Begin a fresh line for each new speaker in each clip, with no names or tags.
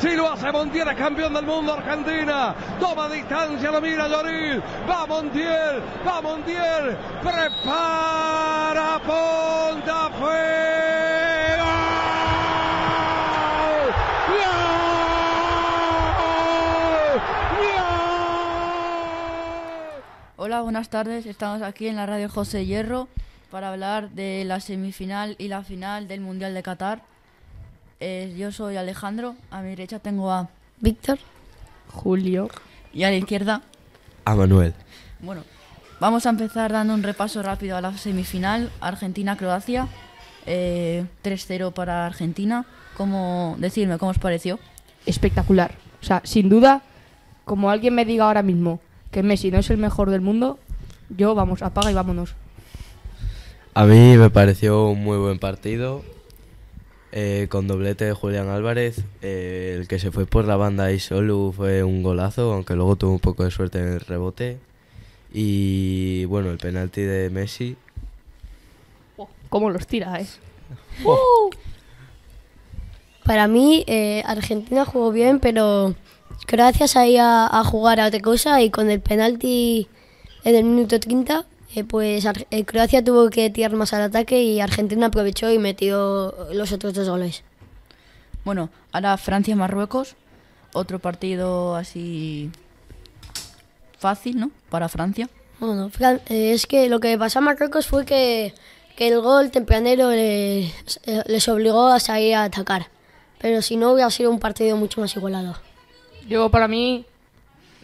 Si lo hace Montiel, es campeón del mundo Argentina. Toma distancia, lo mira Lloril. Va Montiel, va Montiel. Prepara, punta fuera. ¡Gol! ¡Gol!
Hola, buenas tardes. Estamos aquí en la radio José Hierro para hablar de la semifinal y la final del Mundial de Qatar. Eh, yo soy Alejandro, a mi derecha tengo a
Víctor.
Julio.
y a la izquierda.
A Manuel.
Bueno, vamos a empezar dando un repaso rápido a la semifinal Argentina-Croacia. Eh, 3-0 para Argentina. ¿Cómo, decidme, ¿cómo os pareció?
Espectacular. O sea, sin duda, como alguien me diga ahora mismo que Messi no es el mejor del mundo, yo vamos, apaga y vámonos.
A mí me pareció un muy buen partido. eh, con doblete de Julián Álvarez. eh, el que se fue por la banda y solo fue un golazo, aunque luego tuvo un poco de suerte en el rebote. Y bueno, el penalti de Messi.
¿Cómo los tira, eh?
Para mí, eh, Argentina jugó bien, pero gracias ahí a, a jugar a otra cosa y con el penalti en el minuto 30, eh, pues Ar- eh, Croacia tuvo que tirar más al ataque y Argentina aprovechó y metió los otros dos goles.
Bueno, ahora Francia-Marruecos. Otro partido así fácil, ¿no? Para Francia.
Bueno, Fran- eh, es que lo que pasó a Marruecos fue que, que el gol tempranero les, eh, les obligó a salir a atacar. Pero si no, hubiera sido un partido mucho más igualado.
Yo, para mí,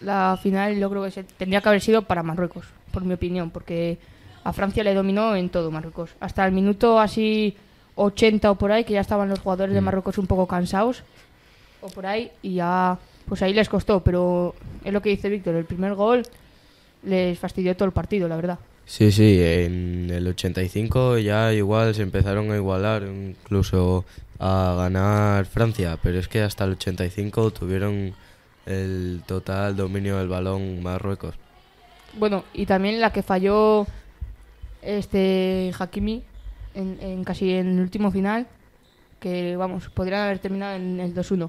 la final yo creo que se tendría que haber sido para Marruecos, por mi opinión, porque a Francia le dominó en todo Marruecos. Hasta el minuto así 80 o por ahí, que ya estaban los jugadores de Marruecos un poco cansados, o por ahí, y ya, pues ahí les costó, pero es lo que dice Víctor, el primer gol les fastidió todo el partido, la verdad.
Sí, sí, en el 85 ya igual se empezaron a igualar, incluso a ganar Francia, pero es que hasta el 85 tuvieron el total dominio del balón Marruecos.
Bueno, y también la que falló este Hakimi en, en casi en el último final, que vamos, podrían haber terminado en el 2-1.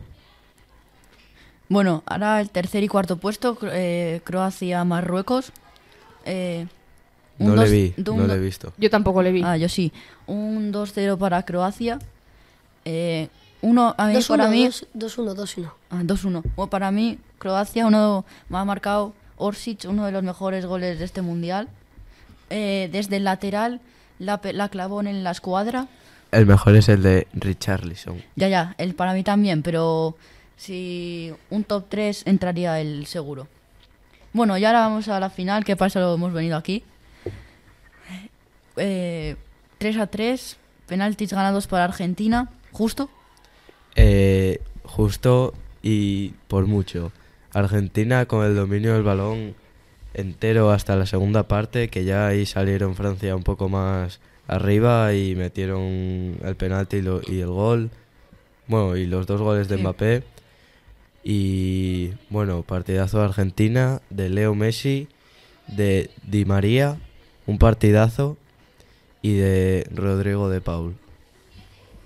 Bueno, ahora el tercer y cuarto puesto, Cro- eh, Croacia-Marruecos. Eh, un
No le
dos-
vi,
de un
no le
do-
he visto.
Yo tampoco le vi.
Ah, yo sí. Un 2-0 para Croacia. Eh, uno, a mí,
2-1,
para mí,
2-1, 2-1.
Ah, 2-1. Bueno, para mí, Croacia uno, me ha marcado Orsic, uno de los mejores goles de este mundial. Eh, desde el lateral, la, pe- la clavó en la escuadra.
El mejor es el de Richarlison.
Ya, ya, el para mí también, pero si un top 3 entraría el seguro. Bueno, y ahora vamos a la final, que para eso lo hemos venido aquí. Eh, 3 a 3, penaltis ganados para Argentina, justo.
Eh, justo y por mucho. Argentina con el dominio del balón entero hasta la segunda parte, que ya ahí salieron Francia un poco más arriba y metieron el penalti y, lo- y el gol. Bueno, y los dos goles de
Sí.
Mbappé. Y bueno, partidazo de Argentina, de Leo Messi, de Di María, un partidazo, y de Rodrigo de Paul.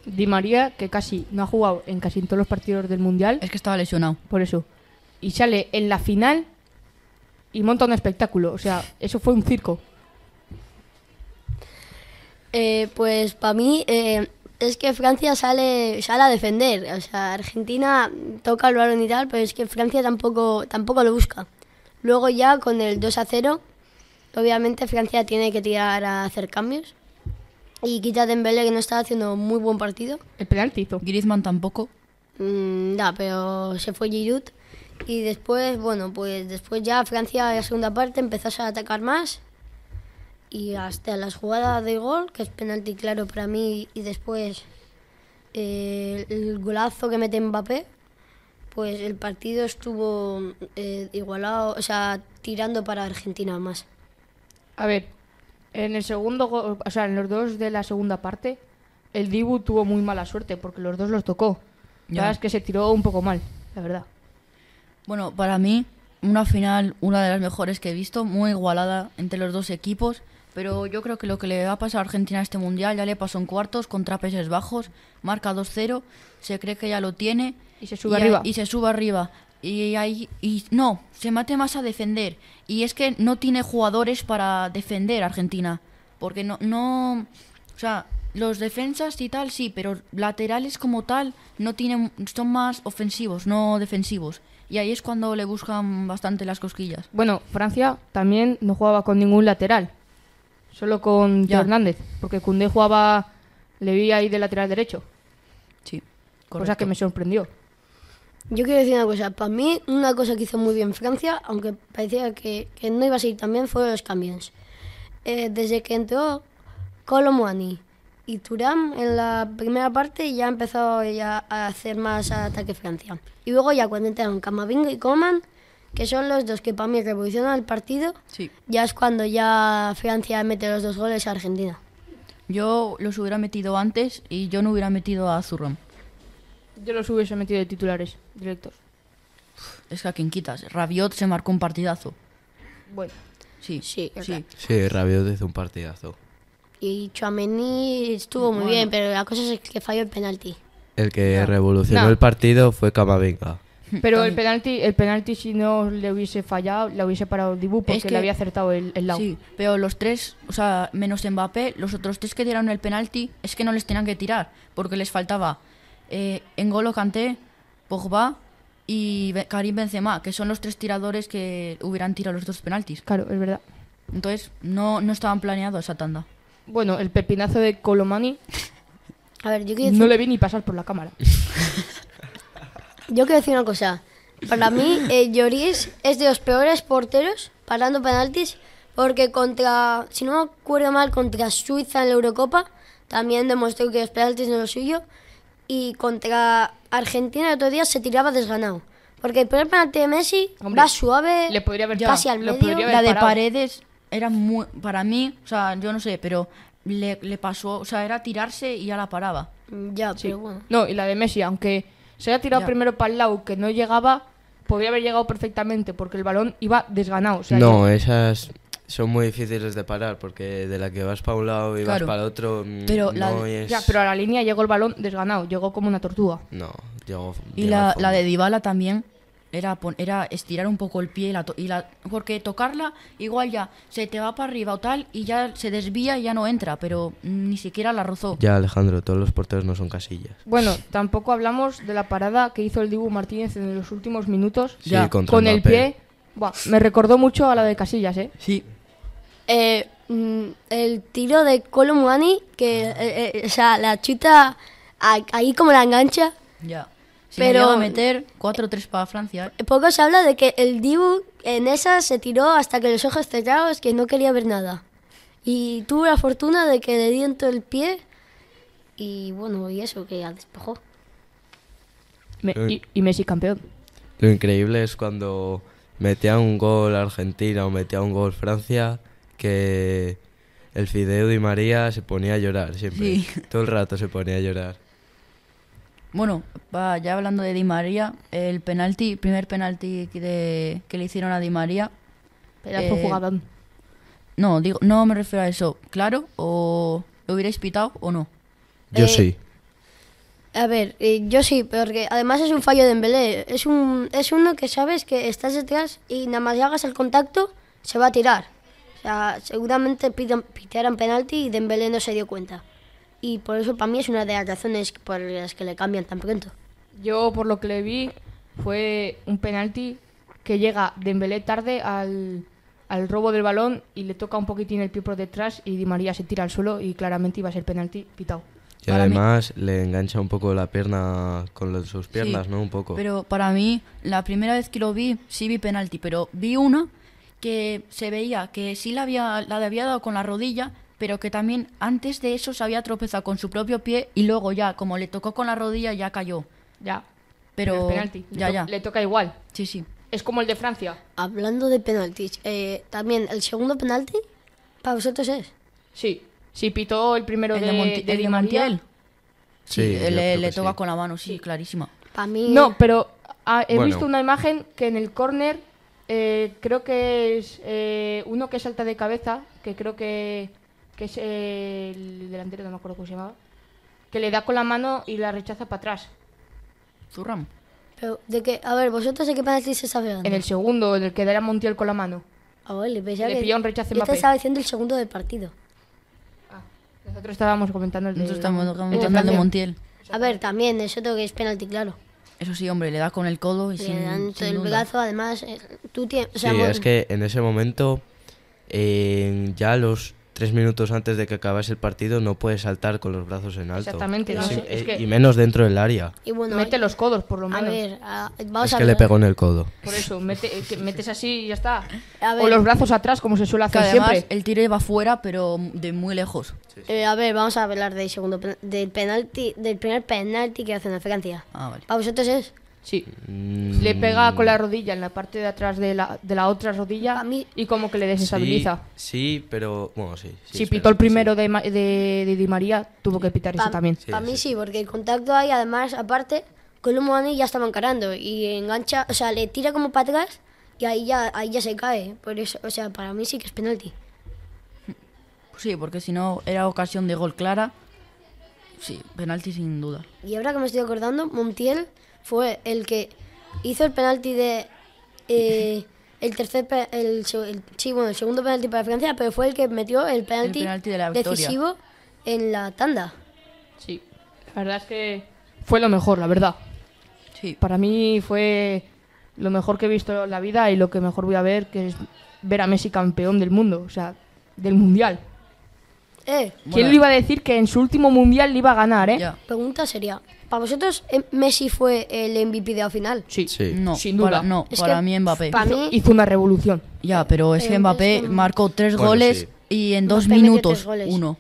Di María, que casi no ha jugado en casi en todos los partidos del Mundial,
Es que estaba lesionado.
por eso. Y sale en la final y monta un espectáculo. O sea, eso fue un circo.
Eh, pues para mí eh, es que Francia sale, sale a defender. O sea, Argentina toca el balón y tal, pero es que Francia tampoco, tampoco lo busca. Luego ya con el 2 a 0, obviamente Francia tiene que tirar a hacer cambios. Y quita a Dembélé que no está haciendo muy buen partido.
El penalti hizo.
Griezmann tampoco.
Mm, da, pero se fue Giroud. Y después, bueno, pues después ya Francia en la segunda parte empezó a atacar más. Y hasta las jugadas de gol, que es penalti claro para mí, y después eh, el golazo que mete Mbappé, pues el partido estuvo eh, igualado, o sea, tirando para Argentina más.
A ver, en el segundo, go- o sea, en los dos de la segunda parte, el Dibu tuvo muy mala suerte porque los dos los tocó.
Ya.
La verdad es que se tiró un poco mal, la verdad.
Bueno, para mí, una final, una de las mejores que he visto, muy igualada entre los dos equipos, pero yo creo que lo que le va a pasar a Argentina a este mundial ya le pasó en cuartos contra Países Bajos, marca 2-0, se cree que ya lo tiene
Y se sube
y,
arriba.
y se sube arriba. Y ahí y no, se mate más a defender. Y es que no tiene jugadores para defender Argentina, porque no no, o sea, los defensas y tal sí, pero laterales como tal no tienen son más ofensivos, no defensivos. Y ahí es cuando le buscan bastante las cosquillas.
Bueno, Francia también no jugaba con ningún lateral, solo con Teo
Ya.
Hernández, porque Cundé jugaba, le vi ahí de lateral derecho,
Sí.
cosa que me sorprendió.
Yo quiero decir una cosa. Para mí, una cosa que hizo muy bien Francia, aunque parecía que, que no iba a seguir tan bien, fueron los cambios. Eh, desde que entró Colomwani y Turam en la primera parte, ya empezó ya a hacer más ataque Francia. Y luego ya cuando entraron Camavinga y Coman, que son los dos que para mí revolucionan el partido,
Sí.
ya es cuando ya Francia mete los dos goles a Argentina.
Yo los hubiera metido antes y yo no hubiera metido a Zurron.
Yo los hubiese metido de titulares directos.
Es que a quien quitas. Rabiot se marcó un partidazo.
Bueno,
Sí.
Sí, es
sí.
verdad.
Sí, Rabiot hizo un partidazo.
Y Chouameni estuvo muy bien, pero la cosa es que falló el penalti.
El que revolucionó
No.
el partido fue Camavinga.
pero el penalti, el penalti si no le hubiese fallado, le hubiese parado Dibu porque
que-
le había acertado el, el lado.
Sí, pero los tres, o sea, menos Mbappé, los otros tres que tiraron el penalti es que no les tenían que tirar, porque les faltaba eh, N'Golo Kanté, Pogba y Be- Karim Benzema, que son los tres tiradores que hubieran tirado los dos penaltis.
Claro, es verdad.
Entonces, no, no estaban planeados esa tanda.
Bueno, el pepinazo de Colomani
A ver, yo quiero decir
no le vi ni pasar por la cámara.
Yo quiero decir una cosa. Para mí, eh, Lloris es de los peores porteros parando penaltis porque contra, si no me acuerdo mal, contra Suiza en la Eurocopa también demostró que los penaltis no es lo suyo y contra Argentina el otro día se tiraba desganado. Porque el primer penalti de Messi
Hombre,
va suave,
le podría haber-
casi al
lo
medio.
podría haber-
La de
parado.
Paredes era muy, para mí, o sea, yo no sé, pero le, le pasó, o sea, era tirarse y ya la paraba.
Ya, pero bueno.
No, y la de Messi, aunque se haya tirado
Ya.
primero para el lado que no llegaba, podría haber llegado perfectamente porque el balón iba desganado. o sea,
no, esas son muy difíciles de parar porque de la que vas para un lado y
Claro.
vas para el otro. mm,
Pero la-
no
ya-
es...
ya, pero a la línea llegó el balón desganado, llegó como una tortuga.
No, llegó.
Y
llegó
la,
al fondo.
la de Dybala también era, pon- era estirar un poco el pie y la, to- y la- porque tocarla igual ya se te va para arriba o tal y ya se desvía y ya no entra, pero ni siquiera la rozó.
Ya, Alejandro, todos los porteros no son casillas.
Bueno, tampoco hablamos de la parada que hizo el Dibu Martínez en los últimos minutos
Sí,
Ya,
contra
con el
Mbappé.
pie. Buah, me recordó mucho a la de Casillas, ¿eh?
Sí.
Eh, mm, el tiro de Colomwani, que, eh, eh, o sea, la chuta a- ahí como la engancha,
Ya. Si
Pero-
pero a meter 4-3 para Francia. ¿eh?
Poco se habla de que el Dibu en esa se tiró hasta que los ojos cerrados, que no quería ver nada. Y tuvo la fortuna de que le dieron todo el pie y bueno, y eso, que la despejó.
Me-
Eh.
y, y Messi campeón.
Lo increíble es cuando metía un gol Argentina o metía un gol Francia, que el Fideo Di María se ponía a llorar siempre.
Sí.
Todo el rato se ponía a llorar.
Bueno, pa- ya hablando de Di María, el penalti, primer penalti que, de- que le hicieron a Di María.
Pedazo
Eh,
jugadón.
No, digo, no me refiero a eso. ¿Claro? ¿O lo hubierais pitado o no?
Yo
Eh,
sí.
A ver, eh, yo sí, porque además es un fallo de Embelé. Es, un, es uno que sabes que estás detrás y nada más le hagas el contacto, se va a tirar. O sea, seguramente pitan- pitearan penalti y Dembélé no se dio cuenta. Y por eso para mí es una de las razones por las que le cambian tan pronto.
Yo, por lo que le vi, fue un penalti que llega Dembélé tarde al, al robo del balón y le toca un poquitín el pie por detrás y Di María se tira al suelo y claramente iba a ser penalti pitado.
Y
Para mí-
además le engancha un poco la pierna con los- sus piernas,
Sí,
¿no? Un poco.
Pero para mí, la primera vez que lo vi, sí vi penalti, pero vi una que se veía que sí la había, la había dado con la rodilla, pero que también antes de eso se había tropezado con su propio pie y luego ya, como le tocó con la rodilla, ya cayó.
Ya.
Pero-
es penalti. Le
ya,
to-
ya.
Le toca igual.
Sí, sí.
Es como el de Francia.
Hablando de penaltis, eh, también el segundo penalti para vosotros es.
Sí. Sí, pitó el primero
El
de,
de, Monti-
de
el de
Di María.
Montiel. Sí,
Sí, yo
le,
creo
le
que
toca
sí.
con la mano, sí, clarísima.
Para mí.
No, pero ah, he
Bueno.
visto una imagen que en el córner eh, creo que es eh, uno que salta de cabeza, que creo que, que es eh, el delantero, no me acuerdo cómo se llamaba, que le da con la mano y la rechaza para atrás.
Zurram.
Pero, ¿de qué? A ver, ¿vosotros de qué penalti se está hablando?
En el segundo, en el que dará Montiel con la mano.
Ah, vale, pensaba
Le
que-
pilló un rechazo
Yo
Mbappé.
te estaba diciendo el segundo del partido.
Nosotros estábamos comentando el de...
Nosotros estamos
el
comentando el de
Francia.
Montiel.
A ver, también, eso tengo que es penalti, claro.
Eso sí, hombre, le da con el codo y sin,
Le dan
sin
el
duda.
brazo, además, eh, tú tienes... o sea,
sí,
bueno,
es que en ese momento, en ya los tres minutos antes de que acabase el partido, no puedes saltar con los brazos en alto.
Exactamente,
Y
no
sin-
sé, es
eh,
que-
Y menos dentro del área.
Y bueno, eh,
Mete los codos, por lo
a
menos.
ver, a- vamos
es
a
que
ver.
le pegó en el codo.
Por eso, mete- eh, que metes así y ya está.
A ver.
O los brazos atrás, como se suele
Que
hacer
además
siempre.
el tiro iba fuera, pero de muy lejos.
Eh, a ver, vamos a hablar del segundo pen- del penalti, del primer penalti que hacen a Francia.
Ah, vale.
¿A vosotros es?
Sí.
Mm,
Le pega con la rodilla en la parte de atrás de la, de la otra rodilla
A mí-
y como que le
sí,
desestabiliza.
Sí, pero. Bueno, sí. sí,
si
espera,
pitó el
sí.
primero de, Ma- de, de Di María, tuvo que pitar eso también.
Sí,
Para mí sí, porque el contacto ahí, además, aparte, Colombo ya estaba encarando y engancha, o sea, le tira como para atrás y ahí ya, ahí ya se cae. Por eso, o sea, para mí sí que es penalti.
Sí, porque si no era ocasión de gol clara. Sí, penalti sin duda.
Y ahora que me estoy acordando, Montiel fue el que hizo el penalti de. eh, el tercer. pe- El, se- el- sí, bueno, el segundo penalti para Francia, pero fue el que metió el penalti,
penalti de la victoria.
decisivo en la tanda.
Sí. La verdad es que fue lo mejor, la verdad.
Sí,
Para mí fue lo mejor que he visto en la vida y lo que mejor voy a ver, que es ver a Messi campeón del mundo, o sea, del mundial.
Eh,
¿Quién
Bueno.
le iba a decir que en su último mundial le iba a ganar, eh?
ya.
pregunta sería: ¿para vosotros eh, Messi fue el MVP de la final?
Sí.
Sí.
No,
Sin duda.
para, no,
Es
para
que
mí Mbappé.
pa' mí-
Hizo una revolución.
Ya, pero es que
Eh,
Mbappé
es que-
marcó tres
Bueno,
goles
sí.
y en dos
Mbappé metió
minutos
tres goles.
uno.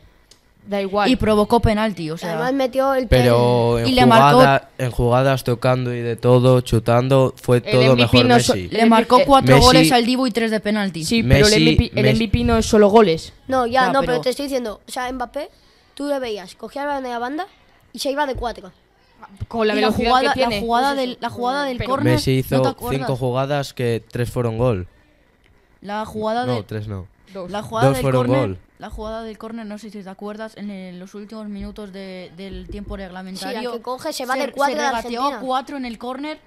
Da igual.
Y provocó penalti, o sea.
Además metió el pe-
Pero en,
Y le
jugada- en jugadas tocando y de todo, chutando, fue
El
todo
MVP
mejor
no so-
Messi.
Le marcó
Eh,
cuatro
Messi-
goles al Divo y tres de penalti.
sí, pero
Messi-
el MVP, el
Messi-
MVP no es solo goles.
No,
Ya,
ya, no,
pero-
pero te estoy diciendo: o sea, Mbappé, tú le veías, cogía la media banda y se iba de cuatro.
Con la
Y
velocidad
jugada,
que tiene. Pues
La jugada del, la jugada del
Pero-
córner,
Messi
¿no
hizo
te acuerdas?
cinco jugadas que tres fueron gol.
La jugada
No,
de-
tres no.
Dos.
La jugada
Dos
del
fueron
córner,
gol.
la jugada del córner, no sé si te acuerdas, en el- los últimos minutos de- del tiempo reglamentario.
Sí, la que coge, se va de
cuatro
cuatro
Se
de
regateó
Argentina.
cuatro en el córner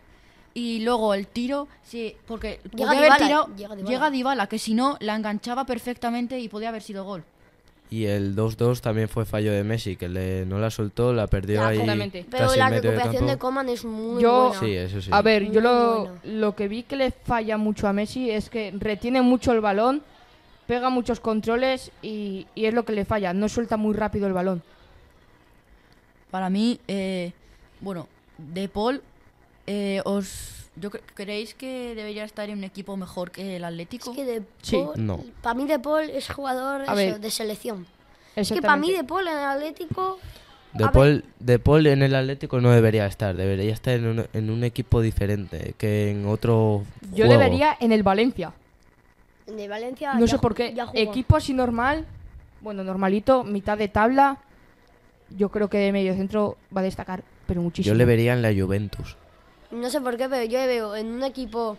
y luego el tiro, sí, porque podía haber
Dybala,
tirado-
llega Dybala.
llega Dybala, que si no la enganchaba perfectamente y podía haber sido gol.
Y el 2-2 también fue fallo de Messi, que le, no la soltó, la perdió
Ya,
ahí.
completamente.
Pero
casi en
la
medio
recuperación de,
campo.
Coman es muy
Yo-
buena.
Sí, eh. eso sí.
A ver, yo
Muy
lo,
bueno.
lo que vi que le falla mucho a Messi es que retiene mucho el balón, pega muchos controles y, y es lo que le falla. No suelta muy rápido el balón.
Para mí, eh, bueno, De Paul, eh, os, yo cre- ¿creéis que debería estar en un equipo mejor que el Atlético?
Es que De
Sí,
no.
Para mí De Paul es jugador
A
eso,
ver.
de selección. Es que
Exactamente.
para mí De Paul en el Atlético...
De
a ver,
Paul, de Paul en el Atlético no debería estar, debería estar en un, en un equipo diferente que en otro
Yo
juego.
debería en el Valencia.
de Valencia...
No
ya
sé
ju-
por qué.
ya jugó.
Equipo así normal, bueno, normalito, mitad de tabla. Yo creo que de medio centro va a destacar, pero muchísimo.
Yo le vería en la Juventus.
No sé por qué, pero yo le veo en un equipo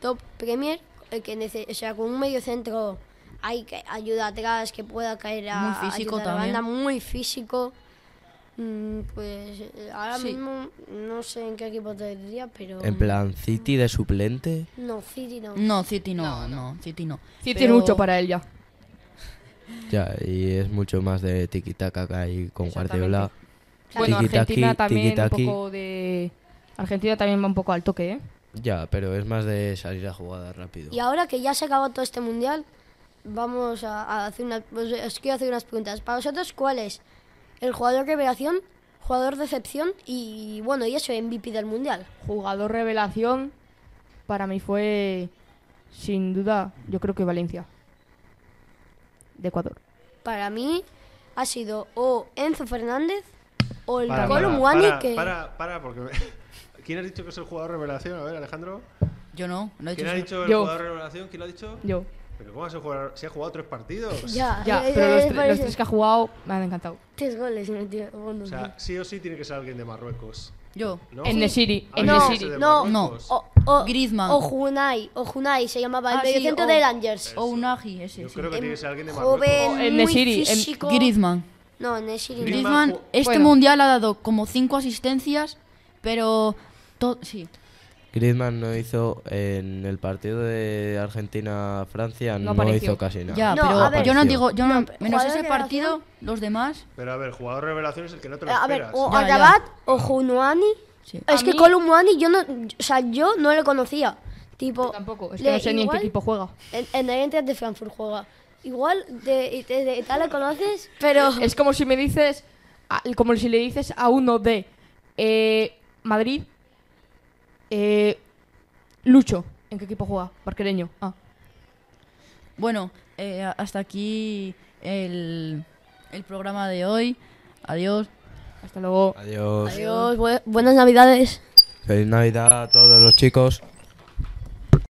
top Premier, eh, que nece- o sea, con un medio centro hay que ayuda atrás, que pueda caer a,
Muy físico
ayudar a la
también.
banda, muy físico. Mm, Pues eh, ahora
Sí.
mismo no sé en qué equipo te diría, pero...
En plan City de suplente.
No, City no.
No, City no, no, City no.
Sí,
Pero-
tiene mucho para él ya.
Ya, y es mucho más de tiki-taka ahí con Guardiola.
Bueno, Argentina
Tiki-taki,
también un
tiki-taki.
poco de... Argentina también va un poco al toque, ¿eh?
Ya, pero es más de salir a jugada rápido.
Y ahora que ya se acabó todo este mundial, vamos a, a hacer una, os, os quiero hacer unas preguntas. Para vosotros, ¿cuál es el jugador revelación, jugador decepción y, bueno, y eso, MVP del mundial?
Jugador revelación, para mí fue, sin duda, yo creo que Valencia. De Ecuador.
Para mí ha sido o Enzo Fernández o el
Para,
Colum
para,
Wani
para,
que...
para, para, porque... me- ¿Quién has dicho que es el jugador revelación? A ver, Alejandro.
Yo no, no he
¿Quién
dicho
ha
eso.
dicho el
Yo.
jugador revelación? ¿Quién lo ha dicho?
Yo.
¿Pero cómo has jugado? ¿Se ha jugado tres partidos?
Ya,
Ya,
eh,
pero los,
eh,
tre- los
parece-
tres que ha jugado me han encantado.
tres goles metió. bueno,
O sea, sí o sí tiene que ser alguien de Marruecos.
Yo.
¿no?
En Nesiri, en
No,
Nesiri.
de
no, Oh,
Marruecos.
o, o,
Griezmann.
o Junai, o Junai se llamaba el
Ah, sí,
mediocentro
o-
de Rangers.
O Unagi, ese,
Yo
sí.
creo que tiene que ser alguien de Marruecos.
Em, Joven,
O en
muy
Nesiri, en
físico.
Griezmann.
No, Nesiri no.
Griezmann
Griezmann,
ju-
este
Bueno.
mundial ha dado como cinco asistencias, pero... to- sí,
Griezmann no hizo en el partido de Argentina-Francia,
No
no,
apareció.
hizo casi nada.
Ya,
No,
pero
a ver.
yo no
Apareció.
digo, yo no,
No,
menos
jugador
ese
de
partido,
revelación.
los demás,
Pero a ver, jugador revelación es el que no te lo
Eh, A ver,
esperas.
o
Ya, ya.
Arabat o Junuani.
sí.
Es
A
que
mí-
Colum Muani yo no, o sea, yo no le conocía. Tipo,
Tampoco, es que
le-
no sé ni en qué
igual-
equipo juega.
En, en el Eintracht de Frankfurt juega. Igual de, de, de tal la conoces, pero
Es como si me dices, a- como si le dices a uno de eh, Madrid, eh, Lucho, ¿en qué equipo juega? Barquereño. Ah.
Bueno, eh, hasta aquí el, el programa de hoy. Adiós.
Hasta luego.
Adiós.
adiós, bue- buenas navidades.
Feliz Navidad a todos los chicos.